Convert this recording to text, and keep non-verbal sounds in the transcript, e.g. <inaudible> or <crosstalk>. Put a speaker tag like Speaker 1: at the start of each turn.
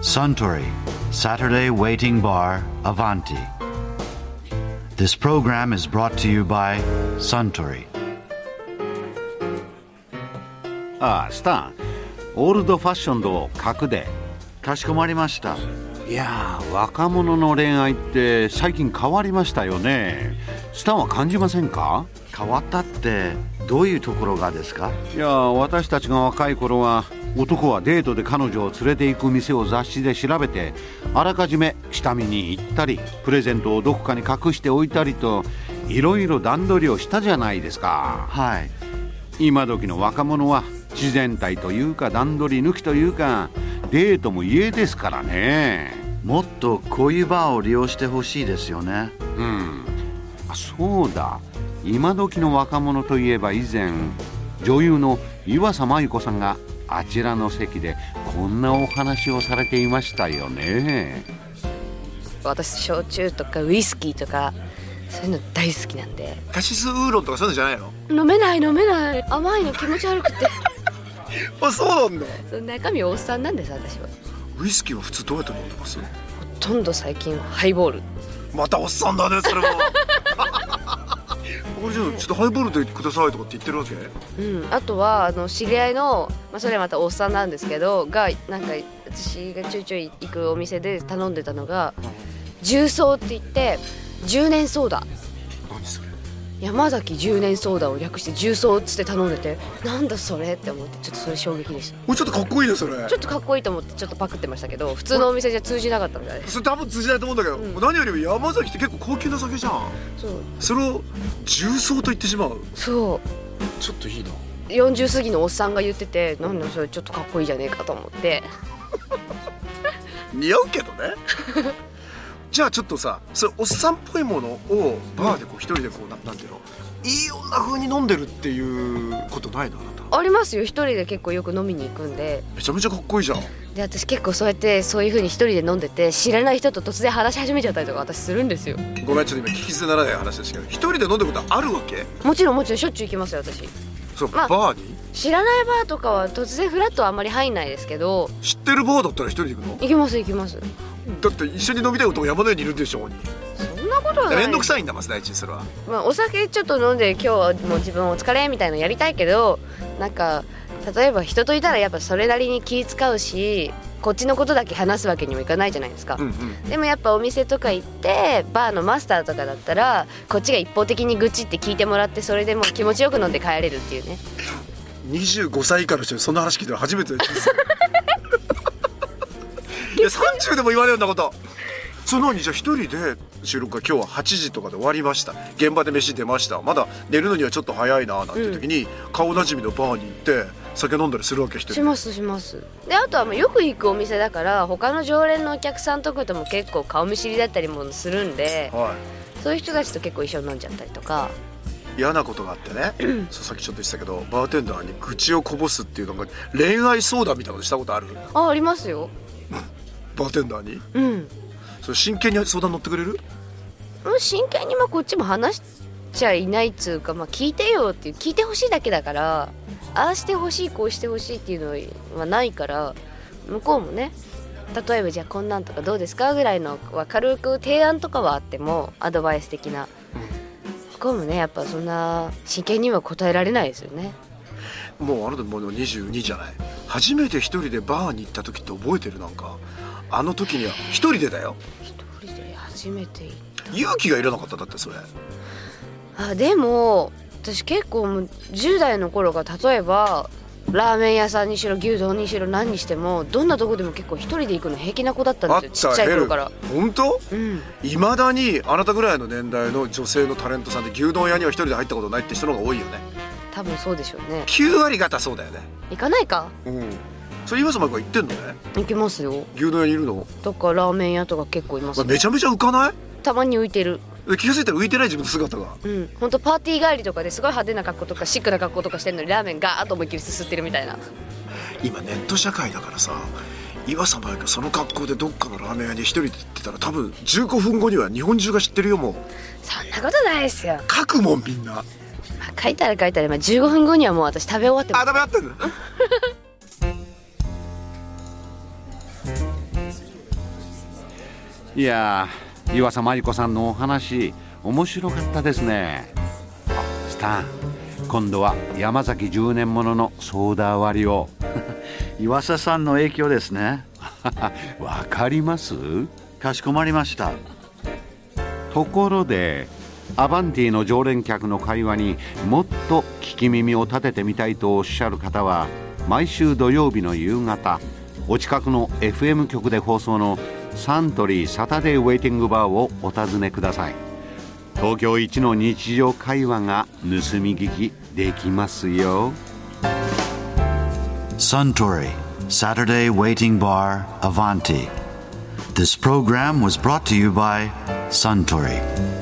Speaker 1: Suntory Saturday Waiting Bar Avanti. This program is brought to you by Suntory.
Speaker 2: ああスタンオールドファッションドを格で
Speaker 1: かしこまりました。
Speaker 2: いやー若者の恋愛って最近変わりましたよねスタンは感じませんか
Speaker 1: 変わったってどういうところがですか
Speaker 2: いやー私たちが若い頃は男はデートで彼女を連れて行く店を雑誌で調べてあらかじめ下見に行ったりプレゼントをどこかに隠しておいたりといろいろ段取りをしたじゃないですか
Speaker 1: はい。
Speaker 2: 今時の若者は自然体というか段取り抜きというかデートも家ですからね
Speaker 1: もっとこういうバーを利用してほしいですよね。
Speaker 2: うんあそうだ今時の若者といえば以前女優の岩佐真由子さんがあちらの席でこんなお話をされていましたよね
Speaker 3: 私焼酎とかウイスキーとかそういうの大好きなんで
Speaker 4: カシスウーロンとかそういうのじゃないの
Speaker 3: 飲めない飲めない甘いの気持ち悪くて
Speaker 4: あそうなんだ
Speaker 3: <laughs> その中身おっさんなんです私は
Speaker 4: ウイスキーは普通どうやって飲んでます
Speaker 3: ほとんど最近はハイボール
Speaker 4: またおっさんだね <laughs> それもこれじゃあちょっとハイボールでくださいとかって言ってるわけ
Speaker 3: うんあとはあの知り合いの、まあ、それはまたおっさんなんですけどがなんか私がちょいちょい行くお店で頼んでたのが重曹って言って10年ソーダ
Speaker 4: 何それ
Speaker 3: 山崎10年ソーダを略して重曹っつって頼んでてなんだそれって思ってちょっとそれ衝撃でした
Speaker 4: もうちょっとかっこいいねそれ
Speaker 3: ちょっとかっこいいと思ってちょっとパクってましたけど普通のお店じゃ通じなかったんであれ
Speaker 4: それ多分通じないと思うんだけど、
Speaker 3: ん
Speaker 4: 何よりも山崎って結構高級な酒じゃん
Speaker 3: そう
Speaker 4: それを重曹と言ってしまう
Speaker 3: そ
Speaker 4: ちょっといいな
Speaker 3: う40過ぎのおっさんが言っててなんだそれちょっとかっこいいじゃねえかと思って
Speaker 4: 似合うけどね <laughs> じゃあちょっとさそれおっさんっぽいものをバーでこう一人でこうななんていうのいい女風に飲んでるっていうことないのあなた
Speaker 3: ありますよ一人で結構よく飲みに行くんで
Speaker 4: めちゃめちゃかっこいいじゃん
Speaker 3: で私結構そうやってそういう風に一人で飲んでて知らない人と突然話し始めちゃったりとか私するんですよ
Speaker 4: ごめんちょっと今聞き捨てならない話ですけど一人で飲んだことあるわけ
Speaker 3: もちろんもちろんしょっちゅう行きますよ私
Speaker 4: そう、
Speaker 3: まあ
Speaker 4: バーに
Speaker 3: 知らないバーとかは突然フラットはあんまり入んないですけど
Speaker 4: 知ってるバーだったら一人で行くの
Speaker 3: 行きます行きます
Speaker 4: だって一緒に飲みたい男山のようにいるでしょうに
Speaker 3: そんなことはない
Speaker 4: 面倒くさいんだまず第一にそれは
Speaker 3: まあ、お酒ちょっと飲んで今日はもう自分お疲れみたいのやりたいけどなんか例えば人といたらやっぱそれなりに気使うしこっちのことだけ話すわけにもいかないじゃないですか、
Speaker 4: うんうん
Speaker 3: でもやっぱお店とか行ってバーのマスターとかだったらこっちが一方的に愚痴って聞いてもらってそれでもう気持ちよく飲んで帰れるっていうね
Speaker 4: 25歳以下の人にそんな話聞いたの初めてです <laughs> いや30でも言われるんだことそのにじゃあ一人で収録が今日は8時とかで終わりました現場で飯出ましたまだ寝るのにはちょっと早いなーなんていう時に、顔なじみのバーに行って酒飲んだりするわけ一人
Speaker 3: し
Speaker 4: で
Speaker 3: ますしますであとはもうよく行くお店だから他の常連のお客さんとかとも結構顔見知りだったりもするんで
Speaker 4: はい
Speaker 3: そういう人たちと結構一緒に飲んじゃったりとか
Speaker 4: 嫌なことがあってね、そうさっきちょっと言ってたけどバーテンダーに愚痴をこぼすっていうのが恋愛相談みたいなことしたことある
Speaker 3: あありますよ
Speaker 4: バーテンダーに
Speaker 3: うん
Speaker 4: それ真剣に相談乗ってくれる
Speaker 3: もう真剣にまあこっちも話しちゃいないっつうか、まあ、聞いてよっていう聞いてほしいだけだからああしてほしいこうしてほしいっていうのはないから向こうもね例えばじゃあこんなんとかどうですかぐらいのは軽く提案とかはあってもアドバイス的な向こうもねやっぱそんな真剣には答えられないですよね
Speaker 4: もうあなたもう22じゃない初めて一人でバーに行った時って覚えてるなんかあの時には一人でだよ
Speaker 3: 一人で初めて行っ
Speaker 4: 勇気がいらなかっただってそれ
Speaker 3: あでも私結構もう10代の頃が例えばラーメン屋さんにしろ牛丼にしろ何にしてもどんなとこでも結構一人で行くの平気な子だったんですよちっちゃい頃から。
Speaker 4: 本当
Speaker 3: うん、
Speaker 4: いまだにあなたぐらいの年代の女性のタレントさんで牛丼屋には一人で入ったことないって人の方が多いよね
Speaker 3: 多分そうでしょうね
Speaker 4: 9割方そうだよね
Speaker 3: 行かないか
Speaker 4: うんそれ岩佐真由子が言ってんのね
Speaker 3: 行きますよ
Speaker 4: 牛丼屋にいるの
Speaker 3: とかラーメン屋とか結構いま
Speaker 4: こ
Speaker 3: す
Speaker 4: れめちゃめちゃ浮かない
Speaker 3: たまに浮いてる
Speaker 4: で気が付いたら浮いてない自分の姿が
Speaker 3: うん本当パーティー帰りとかですごい派手な格好とかシックな格好とかしてるのにラーメンガーッと思いっきりすすってるみたいな
Speaker 4: 今ネット社会だからさ岩佐真由がその格好でどっかのラーメン屋に一人で行ってたら多分15分後には日本中が知ってるよもう
Speaker 3: そんなことないですよ、
Speaker 4: 書くもんみんな
Speaker 3: まあ、書いたら書いたら、まあ、15分後にはもう私食べ終わってます
Speaker 4: あダメだったんだ
Speaker 2: いやー岩佐真理子さんのお話面白かったですねあスタン今度は山崎10年もののソーダ割りを <laughs>
Speaker 1: 岩佐さんの影響ですね
Speaker 2: わかります
Speaker 1: かしこまりました
Speaker 2: ところでアバンティの常連客の会話にもっと聞き耳を立ててみたいとおっしゃる方は毎週土曜日の夕方お近くの FM 局で放送のサントリーサタデーウェイティングバーをお尋ねください東京一の日常会話が盗み聞きできますよ
Speaker 1: Suntory Saturday Waiting Bar Avanti This program was brought to you by Suntory